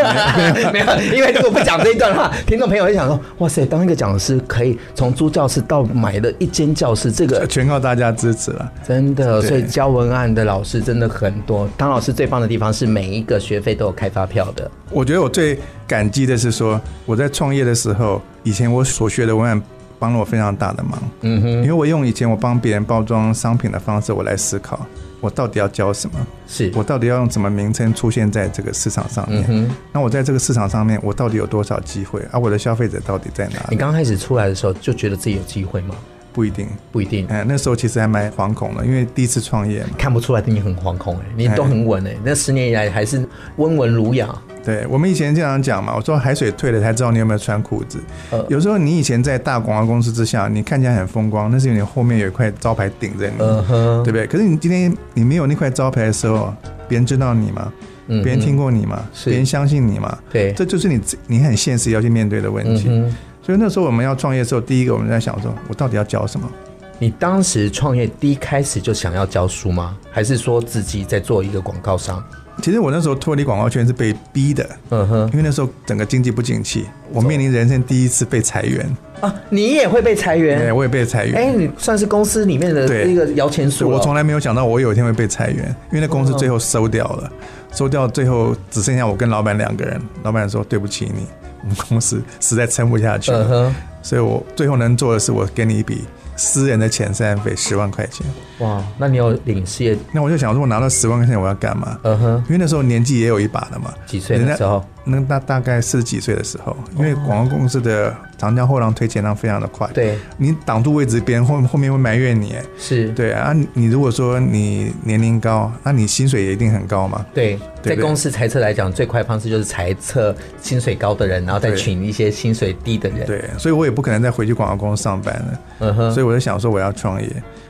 Speaker 1: 没有，因为如果不讲这一段的话，听众朋友会想说：哇塞，当一个讲师可以从租教室到买了一间教室，这个
Speaker 2: 全靠大家支持了。
Speaker 1: 真的，
Speaker 2: 对
Speaker 1: 所以教文案的老师真的很多。当老师最棒的地方是每一个学费都有开发票的，
Speaker 2: 我觉得我最感激的是说，我在创业的时候，以前我所学的文案帮了我非常大的忙。
Speaker 1: 嗯
Speaker 2: 因
Speaker 1: 哼，
Speaker 2: 为我用以前我帮别人包装商品的方式，我来思考我到底要教什么，
Speaker 1: 是，
Speaker 2: 我到底要用什么名称出现在这个市场上
Speaker 1: 嗯
Speaker 2: 面。
Speaker 1: 哼。
Speaker 2: 那我在这个市场上面，我到底有多少机会？而、我的消费者到底在哪
Speaker 1: 你
Speaker 2: 里？
Speaker 1: 刚开始出来的时候就觉得自己有机会吗？
Speaker 2: 不一定。
Speaker 1: 不一定，
Speaker 2: 哎，那时候其实还蛮惶恐的，因为第一次创业嘛。
Speaker 1: 看不出来你很惶恐哎、你都很稳哎、那十年以来还是温文儒雅，
Speaker 2: 对我们以前经常讲嘛，我说海水退了才知道你有没有穿裤子。
Speaker 1: 呃
Speaker 2: 有时候你以前在大广告公司之下，你看起来很风光，那是因为你后面有一块招牌顶着你，
Speaker 1: 嗯哼，
Speaker 2: 对不对？可是你今天你没有那块招牌的时候，别人知道你吗？
Speaker 1: 嗯哼
Speaker 2: 别人听过你嘛，
Speaker 1: 是
Speaker 2: 别人相信你嘛，
Speaker 1: 对，
Speaker 2: 这就是你自你很现实要去面对的问
Speaker 1: 嗯
Speaker 2: 题。
Speaker 1: 哼，
Speaker 2: 所以那时候我们要创业的时候，第一个我们在想说，我到底要教什么？
Speaker 1: 你当时创业第一开始就想要教书吗？还是说自己在做一个广告商？
Speaker 2: 其实我那时候脱离广告圈是被逼的，
Speaker 1: 嗯哼
Speaker 2: 因为那时候整个经济不景气，我面临人生第一次被裁员，
Speaker 1: 啊，你也会被裁
Speaker 2: 对，
Speaker 1: 员？
Speaker 2: 我也被裁
Speaker 1: 哎、
Speaker 2: 员。
Speaker 1: 你算是公司里面的
Speaker 2: 对
Speaker 1: 一个摇钱
Speaker 2: 所
Speaker 1: 树
Speaker 2: 以
Speaker 1: 了。
Speaker 2: 我从来没有想到我有一天会被裁员，因为那公司
Speaker 1: 嗯
Speaker 2: 最后收掉了，收掉最后只剩下我跟老板两个人。老板说：“对不起你，我们公司实在撑不下去了。
Speaker 1: 嗯哼，
Speaker 2: 所以我最后能做的是，我给你一笔私人的遣散费十万块钱。
Speaker 1: 哇，那你有领事业？
Speaker 2: 那我就想说，我拿到十万块钱我要干嘛？
Speaker 1: 嗯哼，
Speaker 2: 因为那时候年纪也有一把了嘛，
Speaker 1: 几岁的时候？哦
Speaker 2: 那大大概四十几岁的时候，因为广告公司的长江后浪推前浪非常的快，，
Speaker 1: 对，
Speaker 2: 你挡住位置，别人后后面会埋怨你，哎
Speaker 1: 是，
Speaker 2: 对啊，你你如果说你年龄高，那你薪水也一定很高嘛，
Speaker 1: 对，
Speaker 2: 对
Speaker 1: 在
Speaker 2: 对
Speaker 1: 公司裁撤来讲，最快的方式就是裁撤薪水高的人，然后再
Speaker 2: 对
Speaker 1: 请一些薪水低的人。，
Speaker 2: 对，所以我也不可能再回去广告公司上班了，
Speaker 1: 嗯哼，
Speaker 2: 所以我就想说我要创业，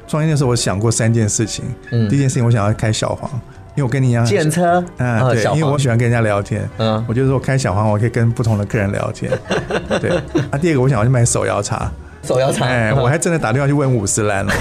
Speaker 2: 创业的时候我想过三件事情，
Speaker 1: 嗯
Speaker 2: 第一件事情我想要开小黄，因为我跟你一样，
Speaker 1: 计程车，
Speaker 2: 啊，
Speaker 1: 呃
Speaker 2: 对，
Speaker 1: 小
Speaker 2: 因为我
Speaker 1: 黄
Speaker 2: 喜欢跟人家聊天，
Speaker 1: 嗯
Speaker 2: 我就说我开小黄，我可以跟不同的客人聊 天，对。啊，第二个我想要去买手摇茶，
Speaker 1: 手摇茶，
Speaker 2: 哎，
Speaker 1: 嗯
Speaker 2: 我还真的打电话去问五十 兰了，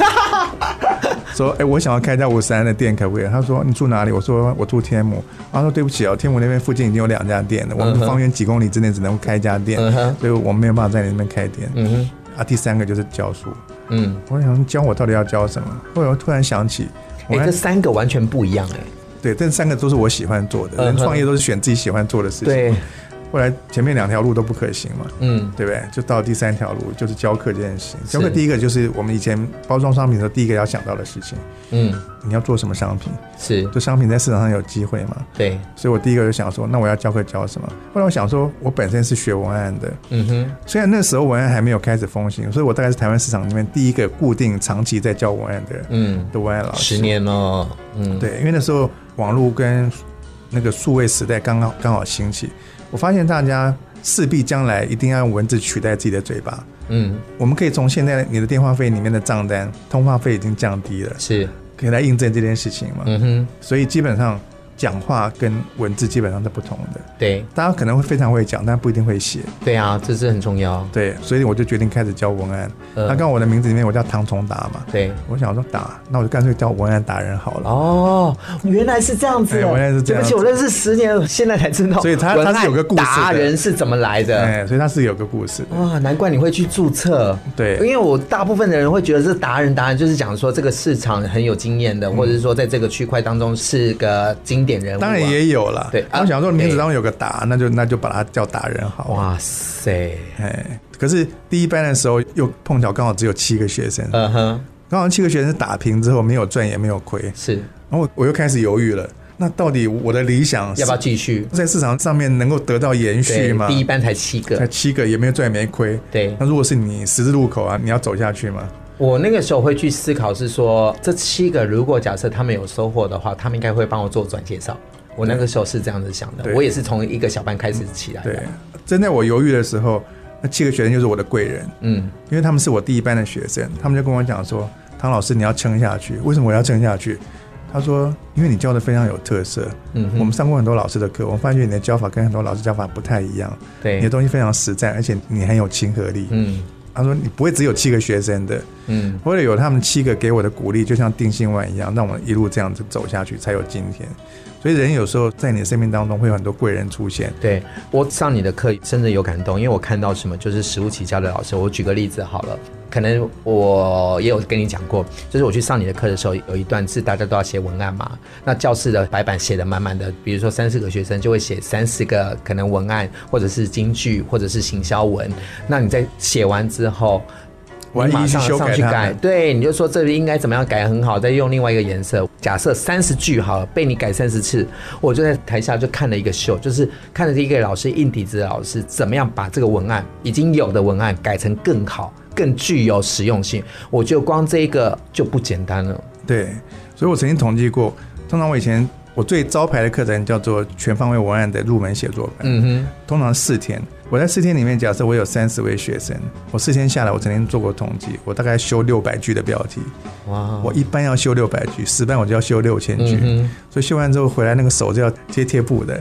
Speaker 2: 说哎，我想要开一家五十兰的店，可不可以？他说你住哪里？我说我住天母，他说对不起哦，天母那边附近已经有两家店了，我
Speaker 1: 嗯
Speaker 2: 们
Speaker 1: 哼
Speaker 2: 方圆几公里之内只能开一家店
Speaker 1: 嗯哼，
Speaker 2: 所以我们没有办法在你那边开店。
Speaker 1: 嗯哼，
Speaker 2: 啊，第三个就是教书，
Speaker 1: 嗯，
Speaker 2: 我想教我到底要教什么？后来我突然想起，我
Speaker 1: 哎、
Speaker 2: 还
Speaker 1: 这三个完全不一样哎、
Speaker 2: 对，这三个都是我喜欢做的。
Speaker 1: 嗯
Speaker 2: 人
Speaker 1: 哼
Speaker 2: 创业都是选自己喜欢做的事情。
Speaker 1: 对，
Speaker 2: 后来前面两条路都不可行嘛，
Speaker 1: 嗯，
Speaker 2: 对不对？就到第三条路，就是教课这件事情。
Speaker 1: 是
Speaker 2: 教课第一个就是我们以前包装商品的时候，第一个要想到的事情，
Speaker 1: 嗯，
Speaker 2: 你要做什么商品？
Speaker 1: 是，
Speaker 2: 这商品在市场上有机会嘛？
Speaker 1: 对，
Speaker 2: 所以我第一个就想说，那我要教课教什么？后来我想说，我本身是学文案的，
Speaker 1: 嗯哼，
Speaker 2: 虽然那时候文案还没有开始风行，所以我大概是台湾市场里面第一个固定长期在教文案的人
Speaker 1: 嗯，
Speaker 2: 的文案老师。
Speaker 1: 十年了，嗯，
Speaker 2: 对，因为那时候网络跟那个数位时代刚刚刚好兴起，我发现大家势必将来一定要用文字取代自己的嘴巴，
Speaker 1: 嗯，
Speaker 2: 我们可以从现在你的电话费里面的账单，通话费已经降低了，
Speaker 1: 是，
Speaker 2: 可以来印证这件事情嘛。
Speaker 1: 嗯哼，
Speaker 2: 所以基本上讲话跟文字基本上是不同的，
Speaker 1: 对，
Speaker 2: 大家可能会非常会讲，但不一定会写。
Speaker 1: 对啊，这是很重要。
Speaker 2: 对，所以我就决定开始教文案。
Speaker 1: 呃
Speaker 2: 那刚好我的名字里面我叫唐崇达嘛，
Speaker 1: 对，
Speaker 2: 我想说打，那我就干脆叫文案达人好了。
Speaker 1: 哦，原来是这样子
Speaker 2: 哎
Speaker 1: 的，
Speaker 2: 原来是这样
Speaker 1: 对不
Speaker 2: 子
Speaker 1: 起，我认识十年，现在才知道，
Speaker 2: 所以他
Speaker 1: 文案
Speaker 2: 他是有个故事的
Speaker 1: 达人是怎么来的。
Speaker 2: 哎，所以它是有个故事的。
Speaker 1: 哇，难怪你会去注册。
Speaker 2: 对
Speaker 1: 因为我大部分的人会觉得是达人，达人就是讲说这个市场很有经验的，或者是说在这个区块当中是个经典人物、啊。
Speaker 2: 嗯 当然也有啦，
Speaker 1: 对啊
Speaker 2: 我想说名字
Speaker 1: 对
Speaker 2: 当中有个达，那就那就把它叫达人好了。
Speaker 1: 哇塞，
Speaker 2: 哎，可是第一班的时候又碰巧刚好只有七个学生，
Speaker 1: 嗯哼，
Speaker 2: 刚好七个学生打平之后没有赚也没有亏，
Speaker 1: 是
Speaker 2: 然后我我又开始犹豫了，那到底我的理想是
Speaker 1: 要不要继续？
Speaker 2: 在市场上面能够得到延续
Speaker 1: 对，
Speaker 2: 吗？
Speaker 1: 第一班才七
Speaker 2: 才
Speaker 1: 个。
Speaker 2: 七个也没有赚也没亏，
Speaker 1: 对
Speaker 2: 那如果是你十字路口啊，你要走下去吗？
Speaker 1: 我那个时候会去思考是说，这七个如果假设他们有收获的话，他们应该会帮我做转介绍。我那个时候是这样子想的，
Speaker 2: 对
Speaker 1: 我也是从一个小班开始起来
Speaker 2: 对
Speaker 1: 的。，
Speaker 2: 正在我犹豫的时候，那七个学生就是我的贵人，
Speaker 1: 嗯，
Speaker 2: 因为他们是我第一班的学生，他们就跟我讲说：“唐老师，你要撑下去。”为什么我要撑下去？他说：“因为你教的非常有特色。
Speaker 1: 嗯哼
Speaker 2: 我们上过很多老师的课，我们发觉你的教法跟很多老师教法不太一样，你的
Speaker 1: 对，
Speaker 2: 东西非常实在，而且你很有亲和力。
Speaker 1: 嗯
Speaker 2: 他说：“你不会只有七个学生的，
Speaker 1: 嗯，
Speaker 2: 为了有他们七个给我的鼓励，就像定心丸一样，让我一路这样子走下去，才有今天。所以人有时候在你的生命当中会有很多贵人出现。
Speaker 1: 对我上你的课真的有感动，因为我看到什么就是实物起家的老师。我举个例子好了，可能我也有跟你讲过，就是我去上你的课的时候，有一段是大家都要写文案嘛，嗯那教室的白板写的满满的，比如说三四个学生就会写三四个可能文案，或者是京剧，或者是行销文。那你在写完之后。
Speaker 2: 我要
Speaker 1: 你马
Speaker 2: 一一去
Speaker 1: 上
Speaker 2: 修
Speaker 1: 上
Speaker 2: 改
Speaker 1: 去
Speaker 2: 它
Speaker 1: 改
Speaker 2: 们，
Speaker 1: 对，你就说这里应该怎么样改很好，再用另外一个颜色。假设三十句好了，被你改三十次，我就在台下就看了一个秀，就是看了一个老师硬底子的老师怎么样把这个文案已经有的文案改成更好、更具有实用性。我觉得光这一个就不简单了。
Speaker 2: 对，所以我曾经统计过，通常我以前我最招牌的课程叫做全方位文案的入门写作班，
Speaker 1: 嗯
Speaker 2: 通常四天。我在四天里面，假设我有三十位学生，我四天下来，我曾经做过统计，我大概修六百句的标题，
Speaker 1: 哼，哇，
Speaker 2: 我一般要修六百句，十班我就要修六千句，
Speaker 1: 嗯
Speaker 2: 所以修完之后回来那个手是要贴贴 布的。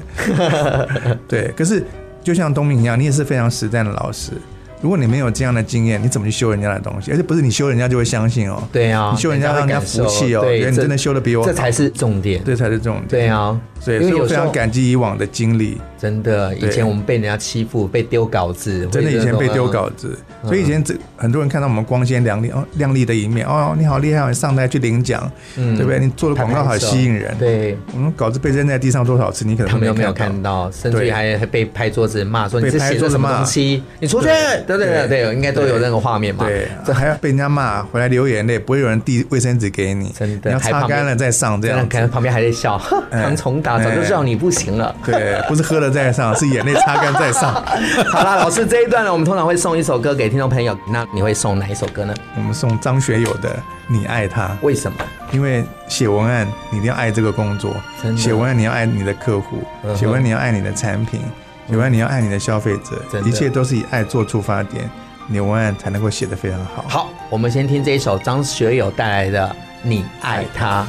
Speaker 2: 对，可是就像东明一样，你也是非常实战的老师，如果你没有这样的经验，你怎么去修人家的东西？而且不是你修人家就会相信哦，
Speaker 1: 对啊，
Speaker 2: 你修人家
Speaker 1: 会
Speaker 2: 让人家
Speaker 1: 感受
Speaker 2: 服气哦，
Speaker 1: 对，
Speaker 2: 觉得你
Speaker 1: 这
Speaker 2: 真的修的比我好
Speaker 1: 这，才是重点。
Speaker 2: 这才是重点。
Speaker 1: 对啊，
Speaker 2: 所以
Speaker 1: 因为
Speaker 2: 所以我
Speaker 1: 有
Speaker 2: 非
Speaker 1: 时候
Speaker 2: 常感激以往的经历，
Speaker 1: 真的，以
Speaker 2: 对
Speaker 1: 前我们被人家欺负，被丢稿子，
Speaker 2: 真的
Speaker 1: 会
Speaker 2: 以前
Speaker 1: 那种
Speaker 2: 被丢稿子，所以以前这很多人看到我们光鲜亮丽哦亮丽的一面哦，你好厉害，哦，你上台去领奖，
Speaker 1: 嗯
Speaker 2: 对不对？你做的广告好吸引人，
Speaker 1: 对。
Speaker 2: 我们稿子被扔在地上多少次，你可
Speaker 1: 他
Speaker 2: 能
Speaker 1: 们
Speaker 2: 都
Speaker 1: 又没有
Speaker 2: 看
Speaker 1: 看。到，甚至
Speaker 2: 对
Speaker 1: 于还还被拍桌子骂说你
Speaker 2: 被
Speaker 1: 这
Speaker 2: 拍
Speaker 1: 写
Speaker 2: 桌
Speaker 1: 的
Speaker 2: 子
Speaker 1: 什么
Speaker 2: 骂
Speaker 1: 东西，你出去，对对对对，应该都有那个画面嘛。
Speaker 2: 对，这还要被人家骂，回来流眼泪，不会有人递卫生纸给你，
Speaker 1: 真的
Speaker 2: 你要
Speaker 1: 还
Speaker 2: 擦
Speaker 1: 旁边
Speaker 2: 干了再上这
Speaker 1: 这样
Speaker 2: 样
Speaker 1: 可
Speaker 2: 子。
Speaker 1: 能旁边还在笑，呵
Speaker 2: 哎
Speaker 1: 唐崇达早就知道你不行 了。
Speaker 2: 对，不是喝了再上，是眼泪擦干 再上。
Speaker 1: 好啦，老师这一段呢，我们通常会送一首歌给听众朋友，那你会送哪一首歌呢？
Speaker 2: 我们送张学友的《你爱他》。
Speaker 1: 为什么？
Speaker 2: 因为写文案你一定要爱这个工作
Speaker 1: 真，的
Speaker 2: 写文案你要爱你的客户
Speaker 1: 嗯，哼嗯
Speaker 2: 写文案你要爱你的产品，写文案你要爱你的消费者
Speaker 1: 真，的
Speaker 2: 一切都是以爱做出发点，你的文案才能够写得非常好。
Speaker 1: 好，我们先听这一首张学友带来的《你爱他》。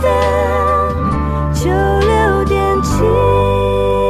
Speaker 4: FM 九六点七。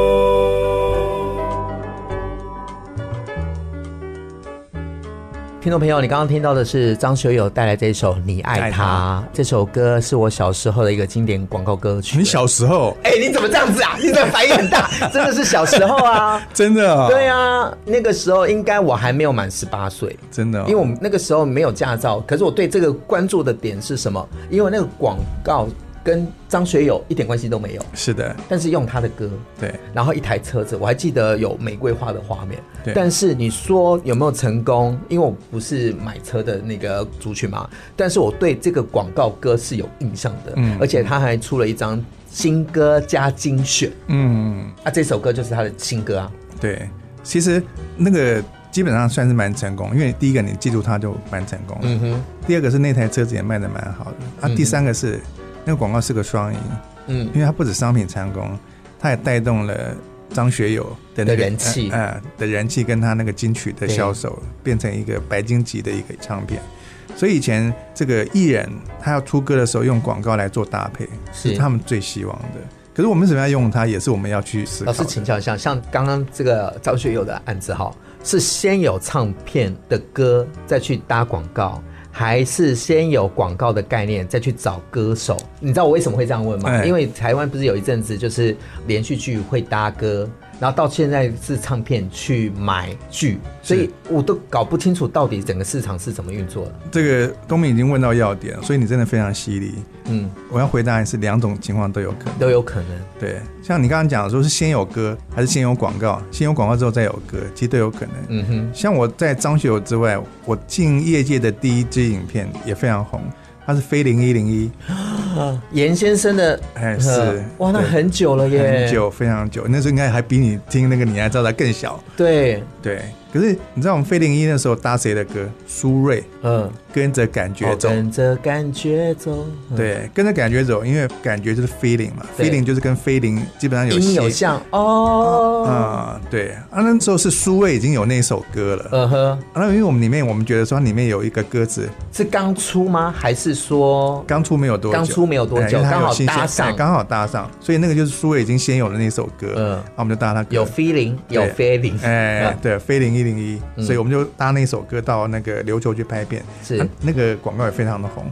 Speaker 1: 听众朋友，你刚刚听到的是张学友带来这一首《你爱
Speaker 2: 爱
Speaker 1: 他
Speaker 2: 他》，
Speaker 1: 这首歌是我小时候的一个经典广告歌曲。
Speaker 2: 你小时候
Speaker 1: 哎、你怎么这样子啊？你怎么反应很大？真的是小时候啊。
Speaker 2: 真的哦
Speaker 1: 对，啊，那个时候应该我还没有满十八岁，
Speaker 2: 真的哦，
Speaker 1: 因为我们那个时候没有驾照。可是我对这个关注的点是什么？因为那个广告跟张学友一点关系都没有，
Speaker 2: 是的，
Speaker 1: 但是用他的歌，
Speaker 2: 对
Speaker 1: 然后一台车子，我还记得有玫瑰花的画面
Speaker 2: 对。
Speaker 1: 但是你说有没有成功？因为我不是买车的那个族群嘛，但是我对这个广告歌是有印象的，
Speaker 2: 嗯
Speaker 1: 而且他还出了一张新歌加精选
Speaker 2: 嗯，
Speaker 1: 啊，这首歌就是他的新歌啊。
Speaker 2: 对，其实那个基本上算是蛮成功，因为第一个你记住它就蛮成功了，
Speaker 1: 嗯哼，
Speaker 2: 第二个是那台车子也卖得蛮好的，啊，第三个是那个广告是个双赢。
Speaker 1: 嗯
Speaker 2: 因为它不止商品成功，它也带动了张学友的那
Speaker 1: 的
Speaker 2: 个
Speaker 1: 人气
Speaker 2: 嗯嗯的人气跟他那个金曲的销售，变成一个白金级的一个唱片。所以以前这个艺人他要出歌的时候，用广告来做搭配，
Speaker 1: 是
Speaker 2: 是他们最希望的。可是我们怎么样用它，也是我们要去思考
Speaker 1: 老
Speaker 2: 的。
Speaker 1: 师请教一下，像刚刚这个张学友的案子哈，是先有唱片的歌，再去搭广告，还是先有广告的概念，再去找歌手？你知道我为什么会这样问吗？
Speaker 2: 哎
Speaker 1: 因为台湾不是有一阵子就是连续剧会搭歌。然后到现在是唱片去买剧，所以我都搞不清楚到底整个市场是怎么运作的。
Speaker 2: 这个东明已经问到要点了，所以你真的非常犀利。
Speaker 1: 嗯，
Speaker 2: 我要回答你是两种情况都有可能。
Speaker 1: 都有可能。
Speaker 2: 对，像你刚刚讲的说是先有歌还是先有广告，先有广告之后再有歌，其实都有可能。
Speaker 1: 嗯哼，
Speaker 2: 像我在张学友之外，我进业界的第一支影片也非常红，它是飞零一零一，
Speaker 1: 严先生的呃
Speaker 2: 哎是
Speaker 1: 哇，那
Speaker 2: 对
Speaker 1: 很久了耶，
Speaker 2: 很久非常久，那时候应该还比你听那个你还知道它更小。
Speaker 1: 对，
Speaker 2: 对，可是你知道我们飞零一那时候搭谁的歌？苏芮
Speaker 1: 嗯，
Speaker 2: 跟着感觉
Speaker 1: 哦
Speaker 2: 走。
Speaker 1: 跟着感觉走，嗯，
Speaker 2: 对，跟着感觉走，因为感觉就是 feeling 嘛
Speaker 1: 对
Speaker 2: ，feeling 就是跟 feeling 基本上有
Speaker 1: 音有
Speaker 2: 谐
Speaker 1: 像哦，
Speaker 2: 啊、对啊，那时候是苏芮已经有那首歌了，
Speaker 1: 呃呵，
Speaker 2: 啊那因为我们里面我们觉得说它里面有一个歌词
Speaker 1: 是刚出吗？还是说
Speaker 2: 刚出没有多久，
Speaker 1: 刚出没有多
Speaker 2: 哎
Speaker 1: 久
Speaker 2: 因为它有
Speaker 1: 刚好
Speaker 2: 新鲜
Speaker 1: 搭
Speaker 2: 哎
Speaker 1: 上
Speaker 2: 刚好搭上，所以那个就是苏芮已经先有的那首歌，
Speaker 1: 嗯
Speaker 2: 嗯，那我们就搭它歌
Speaker 1: 有 feeling 有 feeling？
Speaker 2: 哎
Speaker 1: 嗯，
Speaker 2: 对，飞零一零一，
Speaker 1: 嗯
Speaker 2: 所以我们就搭那首歌到那个琉球去拍片，
Speaker 1: 是嗯
Speaker 2: 啊那个广告也非常的红。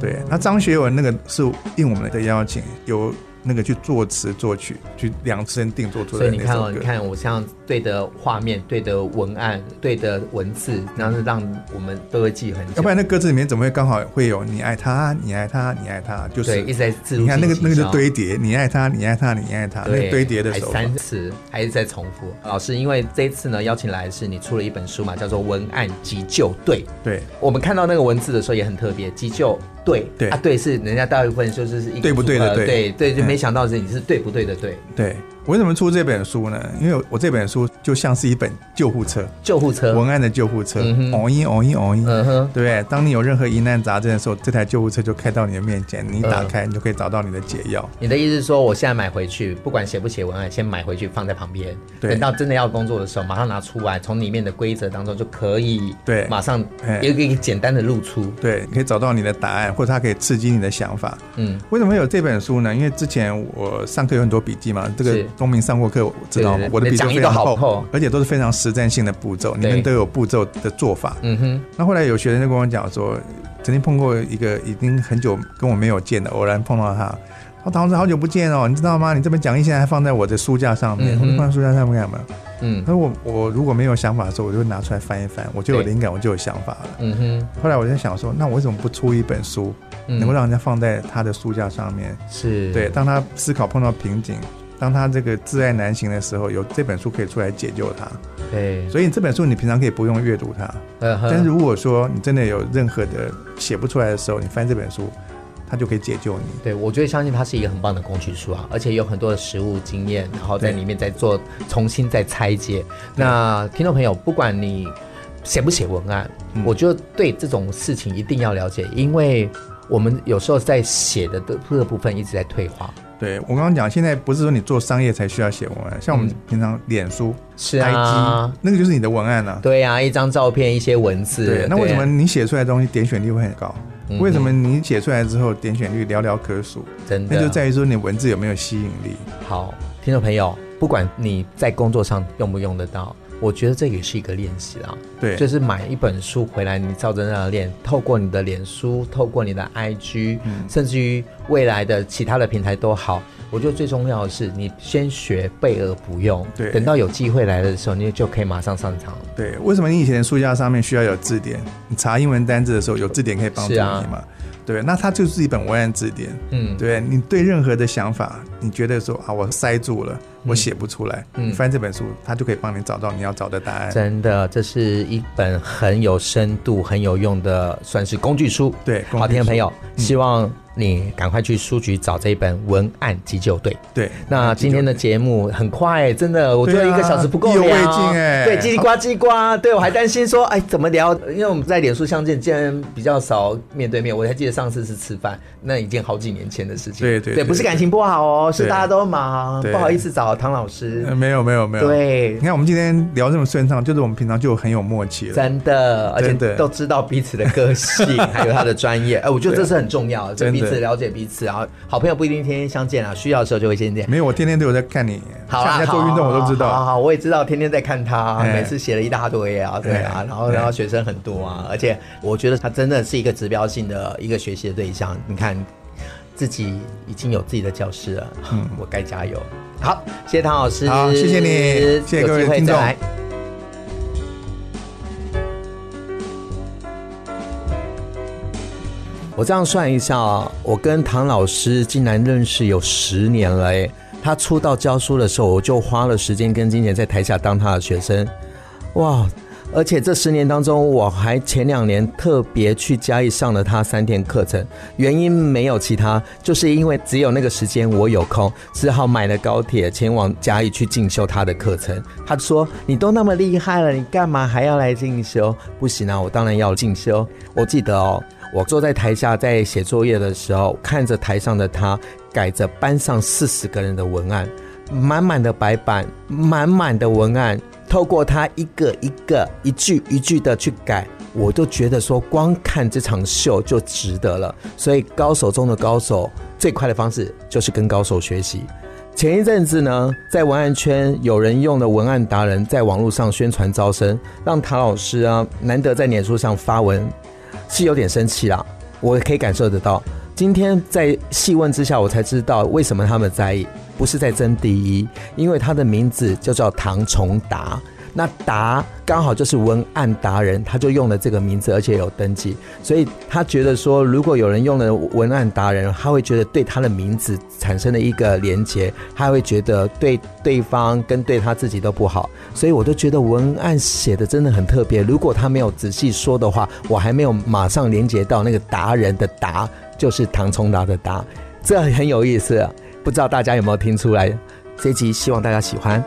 Speaker 2: 对，那张学友那个是应我们的邀请，由那个去作词作曲，去量身定做出
Speaker 1: 所
Speaker 2: 来
Speaker 1: 以
Speaker 2: 的
Speaker 1: 你
Speaker 2: 那
Speaker 1: 看
Speaker 2: 首
Speaker 1: 哦，你
Speaker 2: 歌。
Speaker 1: 看我像对的画面、对的文案、对的文字，然后是让我们都会记很久
Speaker 2: 要不，然那歌词里面怎么会刚好会有你爱他，你爱他，你爱他，就
Speaker 1: 对，
Speaker 2: 是
Speaker 1: 一直在自入
Speaker 2: 你看那个
Speaker 1: 性
Speaker 2: 那个
Speaker 1: 行
Speaker 2: 就
Speaker 1: 销
Speaker 2: 堆叠，你爱他，你爱他，你爱他，那
Speaker 1: 哦对，
Speaker 2: 个堆叠的
Speaker 1: 还
Speaker 2: 手法。
Speaker 1: 三次还是在重复。老师，因为这一次呢，邀请来的是你出了一本书嘛，叫做《文案急救队》。
Speaker 2: 对，
Speaker 1: 我们看到那个文字的时候也很特别，急救对
Speaker 2: 对
Speaker 1: 啊对是人家大部分就是是一个
Speaker 2: 对不对的
Speaker 1: 呃
Speaker 2: 对
Speaker 1: 对对，就
Speaker 2: 嗯
Speaker 1: 没想到是你是对不对的对，
Speaker 2: 对我为什么出这本书呢？因为我这本书就像是一本救护车，
Speaker 1: 救护车，
Speaker 2: 文案的救护车
Speaker 1: 嗯哼，
Speaker 2: 哦一哦一哦一，
Speaker 1: 嗯哼，
Speaker 2: 对不对？当你有任何疑难杂症的时候，这台救护车就开到你的面前，你一打开，你就可以找到你的解药。
Speaker 1: 你的意思是说我现在买回去，不管写不写文案，先买回去放在旁边，
Speaker 2: 对
Speaker 1: 等到真的要工作的时候，马上拿出来，从里面的规则当中就可以
Speaker 2: 对
Speaker 1: 马上
Speaker 2: 哎
Speaker 1: 有一个一个简单的露出，
Speaker 2: 对，你可以找到你的答案，或者它可以刺激你的想法。
Speaker 1: 嗯，
Speaker 2: 为什么会有这本书呢？因为之前我上课有很多笔记嘛，这个
Speaker 1: 是
Speaker 2: 东明上过课，我知道
Speaker 1: 对对对
Speaker 2: 我的笔记
Speaker 1: 讲义
Speaker 2: 非
Speaker 1: 都
Speaker 2: 常
Speaker 1: 好
Speaker 2: 厚，
Speaker 1: 厚
Speaker 2: 而且都是非常实战性的步骤，里面都有步骤的做法。
Speaker 1: 嗯哼，
Speaker 2: 那后来有学生就跟我讲说，曾经碰过一个已经很久跟我没有见的，偶然碰到他。他说：“唐老师，好久不见哦，你知道吗？你这本讲义现在还放在我的书架上面，
Speaker 1: 嗯哼
Speaker 2: 我说放在书架上面干嘛？
Speaker 1: 嗯
Speaker 2: 那我我如果没有想法的时候，我就拿出来翻一翻，我就有
Speaker 1: 对
Speaker 2: 灵感，我就有想法了。
Speaker 1: 嗯哼，
Speaker 2: 后来我就想说，那我为什么不出一本书，
Speaker 1: 嗯
Speaker 2: 能够让人家放在他的书架上面？
Speaker 1: 是
Speaker 2: 对，当他思考碰到瓶颈，当他这个挚爱难行的时候，有这本书可以出来解救他。
Speaker 1: 对，
Speaker 2: 所以这本书你平常可以不用阅读它，
Speaker 1: 嗯哼
Speaker 2: 但是如果说你真的有任何的写不出来的时候，你翻这本书，它就可以解救你。
Speaker 1: 对，我就会相信它是一个很棒的工具书啊，而且有很多的实物经验，然后在
Speaker 2: 对
Speaker 1: 里面再做重新再拆解。那听众朋友，不管你写不写文案，
Speaker 2: 嗯
Speaker 1: 我觉得对这种事情一定要了解，因为我们有时候在写的这这个部分一直在退化。
Speaker 2: 对我刚刚讲，现在不是说你做商业才需要写文案，像我们
Speaker 1: 嗯
Speaker 2: 平常脸书、
Speaker 1: 是
Speaker 2: IG
Speaker 1: 啊，
Speaker 2: 那个就是你的文案啊。
Speaker 1: 对啊，一张照片，一些文字。
Speaker 2: 对，那为什么
Speaker 1: 啊
Speaker 2: 你写出来的东西点选率会很高？
Speaker 1: 嗯
Speaker 2: 为什么你写出来之后点选率寥寥可数？
Speaker 1: 真的
Speaker 2: 那就在于说你文字有没有吸引力。
Speaker 1: 好，听众朋友，不管你在工作上用不用得到，我觉得这也是一个练习啊。
Speaker 2: 对
Speaker 1: 就是买一本书回来，你照着那样练，透过你的脸书，透过你的 IG，、甚
Speaker 2: 嗯
Speaker 1: 至于未来的其他的平台都好。我觉得最重要的是，你先学备而不用，
Speaker 2: 对
Speaker 1: 等到有机会来的时候，你就可以马上上场了。
Speaker 2: 对，为什么你以前的书架上面需要有字典？你查英文单字的时候有字典可以帮助
Speaker 1: 是
Speaker 2: 你
Speaker 1: 啊
Speaker 2: 嘛？对，那它就是一本文案字典。
Speaker 1: 嗯，
Speaker 2: 对你对任何的想法，你觉得说啊，我塞住了，我写不出来，
Speaker 1: 嗯
Speaker 2: 你翻这本书，它就可以帮你找到你要找的答案。
Speaker 1: 真的，这是一本很有深度、很有用的，算是工具书。
Speaker 2: 对工具嗯
Speaker 1: 好，听众朋友，希望你赶快去书局找这一本《文案急救队》。
Speaker 2: 对，
Speaker 1: 那今天的节目很快，真的，我觉得
Speaker 2: 对
Speaker 1: 一
Speaker 2: 啊
Speaker 1: 个小时不够
Speaker 2: 意犹
Speaker 1: 聊，
Speaker 2: 未尽哎
Speaker 1: 对，叽里呱叽里呱，对我还担心说，哎，怎么聊？ 因为我们在脸书相见，竟然比较少面对面。我还记得上次是吃饭，那已经好几年前的事情。
Speaker 2: 对对
Speaker 1: 对，
Speaker 2: 对
Speaker 1: 不是感情不好哦，是
Speaker 2: 对
Speaker 1: 大家都忙，
Speaker 2: 对
Speaker 1: 不好意思找唐老师。
Speaker 2: 呃没有没有没有。，
Speaker 1: 对
Speaker 2: 你，看我们今天聊这么顺畅，就是我们平常就很有默契了。
Speaker 1: 真的，而且
Speaker 2: 真的
Speaker 1: 都知道彼此的个性，还有他的专业。哎，我觉得这是很重要的，就
Speaker 2: 真
Speaker 1: 彼
Speaker 2: 的
Speaker 1: 此了解彼此，然后好朋友不一定天天相见啊，需要的时候就会见面。
Speaker 2: 没有，我天天都有在看你，
Speaker 1: 好啦，
Speaker 2: 像你在做运动我都知
Speaker 1: 好好好啊
Speaker 2: 道。
Speaker 1: 好，我也知道，天天在看他，
Speaker 2: 哎
Speaker 1: 每次写了一大堆啊，对啊
Speaker 2: 哎，嗯
Speaker 1: 然后
Speaker 2: 哎
Speaker 1: 然后学生很多啊，而且我觉得他真的是一个指标性的一个学习的对象。你看，自己已经有自己的教室了，我该加油。好，谢嗯谢唐老师，
Speaker 2: 好谢谢你谢谢各位
Speaker 1: 有机会
Speaker 2: 听
Speaker 1: 再
Speaker 2: 众
Speaker 1: 来。我这样算一下啊，我跟唐老师竟然认识有十年了诶。他出道教书的时候，我就花了时间跟金姐在台下当他的学生，哇！而且这十年当中，我还前两年特别去嘉义上了他三天课程，原因没有其他，就是因为只有那个时间我有空，只好买了高铁前往嘉义去进修他的课程。他说：“你都那么厉害了，你干嘛还要来进修？不行啊，我当然要进修。”我记得哦，我坐在台下在写作业的时候，看着台上的他改着班上四十个人的文案，满满的白板，满满的文案，透过他一个一个、一句一句的去改。我就觉得说，光看这场秀就值得了。所以，高手中的高手，最快的方式就是跟高手学习。前一阵子呢，在文案圈有人用的文案达人在网络上宣传招生，让唐老师啊难得在脸书上发文，是有点生气啦，我可以感受得到。今天在细问之下，我才知道为什么他们在意，不是在争第一，因为他的名字就叫唐崇达。那达刚好就是文案达人，他就用了这个名字，而且有登记，所以他觉得说，如果有人用了文案达人，他会觉得对他的名字产生了一个连结，他会觉得对对方跟对他自己都不好，所以我都觉得文案写的真的很特别。如果他没有仔细说的话，我还没有马上连接到那个达人的达，就是唐崇达的啊达，这很有意思。不知道大家有没有听出来？这集希望大家喜欢。